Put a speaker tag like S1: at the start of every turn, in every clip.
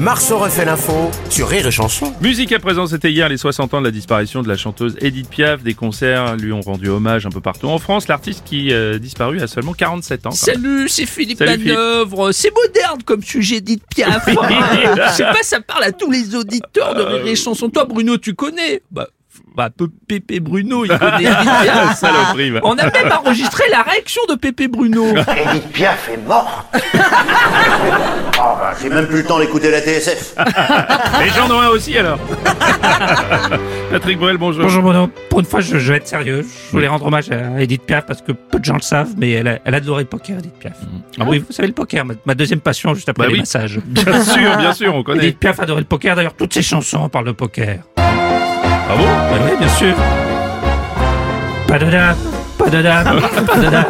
S1: Marceau refait l'info sur Rire et Chanson.
S2: Musique à présent, c'était hier les 60 ans de la disparition de la chanteuse Edith Piaf. Des concerts lui ont rendu hommage un peu partout en France. L'artiste qui euh, disparut a seulement 47 ans. quand même.
S3: Salut, c'est Philippe
S2: Salut, Philippe.
S3: Manœuvre. C'est moderne comme sujet dit
S4: Ah
S3: Piaf. Je sais pas, ça parle à tous les auditeurs de
S4: Euh,
S3: Rire et Chanson. Toi, Bruno, tu connais Bah, f- bah, un peu Pépé Bruno, il connaît Edith Piaf.
S2: Saloperie, va.
S3: On a même enregistré la réaction de Pépé Bruno.
S5: Edith Piaf est morte. Oh, bah, J'ai même plus le temps d'écouter la TSF.
S2: Les gens ont un aussi alors. Patrick Bruel, bonjour.
S4: Bonjour Bruno, pour une fois je, je vais être sérieux, je voulais rendre hommage à Edith Piaf parce que peu de gens le savent, mais elle, a- elle adorait le poker Edith Piaf.
S3: Mm.
S4: Ah oui, vous savez le poker, ma, ma deuxième passion juste après
S2: Bah
S4: les
S2: oui.
S4: massages.
S2: Bien sûr, bien sûr, on connaît.
S4: Edith Piaf adorait le poker, d'ailleurs toutes ses chansons parlent de poker.
S2: Ah bon
S4: Bah oui, bien sûr. Pas de dame, pas de dame, pas de dame.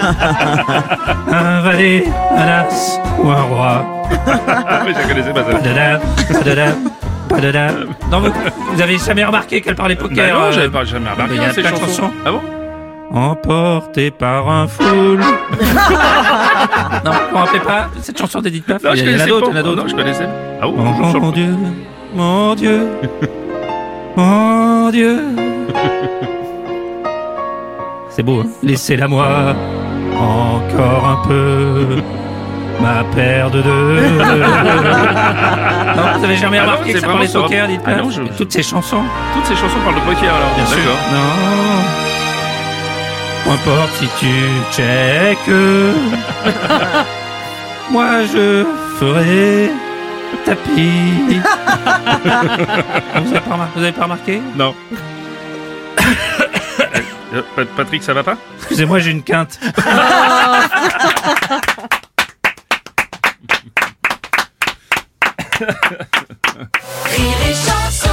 S4: Un valet, un as ou un roi.
S2: Ah oui, je la connaissais pas
S4: Pas
S2: ça.
S4: de dame, pas de dame, pas de dame. Non, vous, vous avez jamais remarqué qu'elle parlait poker
S2: Bah non,
S4: euh,
S2: j'avais pas jamais remarqué
S4: il y a
S2: hein, ces
S4: plein de
S2: chansons.
S4: chansons.
S2: Ah bon
S4: Emporté par un foule. non, vous vous rappelez pas cette chanson d'Edith Piaf
S2: Non,
S4: Il
S2: je
S4: y en a
S2: connaissais
S4: d'autres, il
S2: pas.
S4: y en a d'autres.
S2: Non, je connaissais. Ah bon
S4: Oh mon Dieu, mon Dieu, mon Dieu. C'est beau, hein Laissez-la moi encore un peu. Ma paire de deux. non, vous avez jamais
S2: Ah non,
S4: remarqué
S2: c'est
S4: que ça parlait
S2: vraiment ça.
S4: poker, Edith
S2: Ah
S4: Piaf
S2: non, je-
S4: Et Toutes ces chansons.
S2: Toutes ces chansons parlent de poker alors.
S4: Bien sûr.
S2: D'accord.
S4: Non. Peu importe si tu check. Moi, je ferai tapis. vous, avez pas remar- vous avez pas remarqué
S2: Non. Euh, Pat- Patrick, ça va pas
S4: Excusez-moi, j'ai une quinte.
S6: Rire et chanson.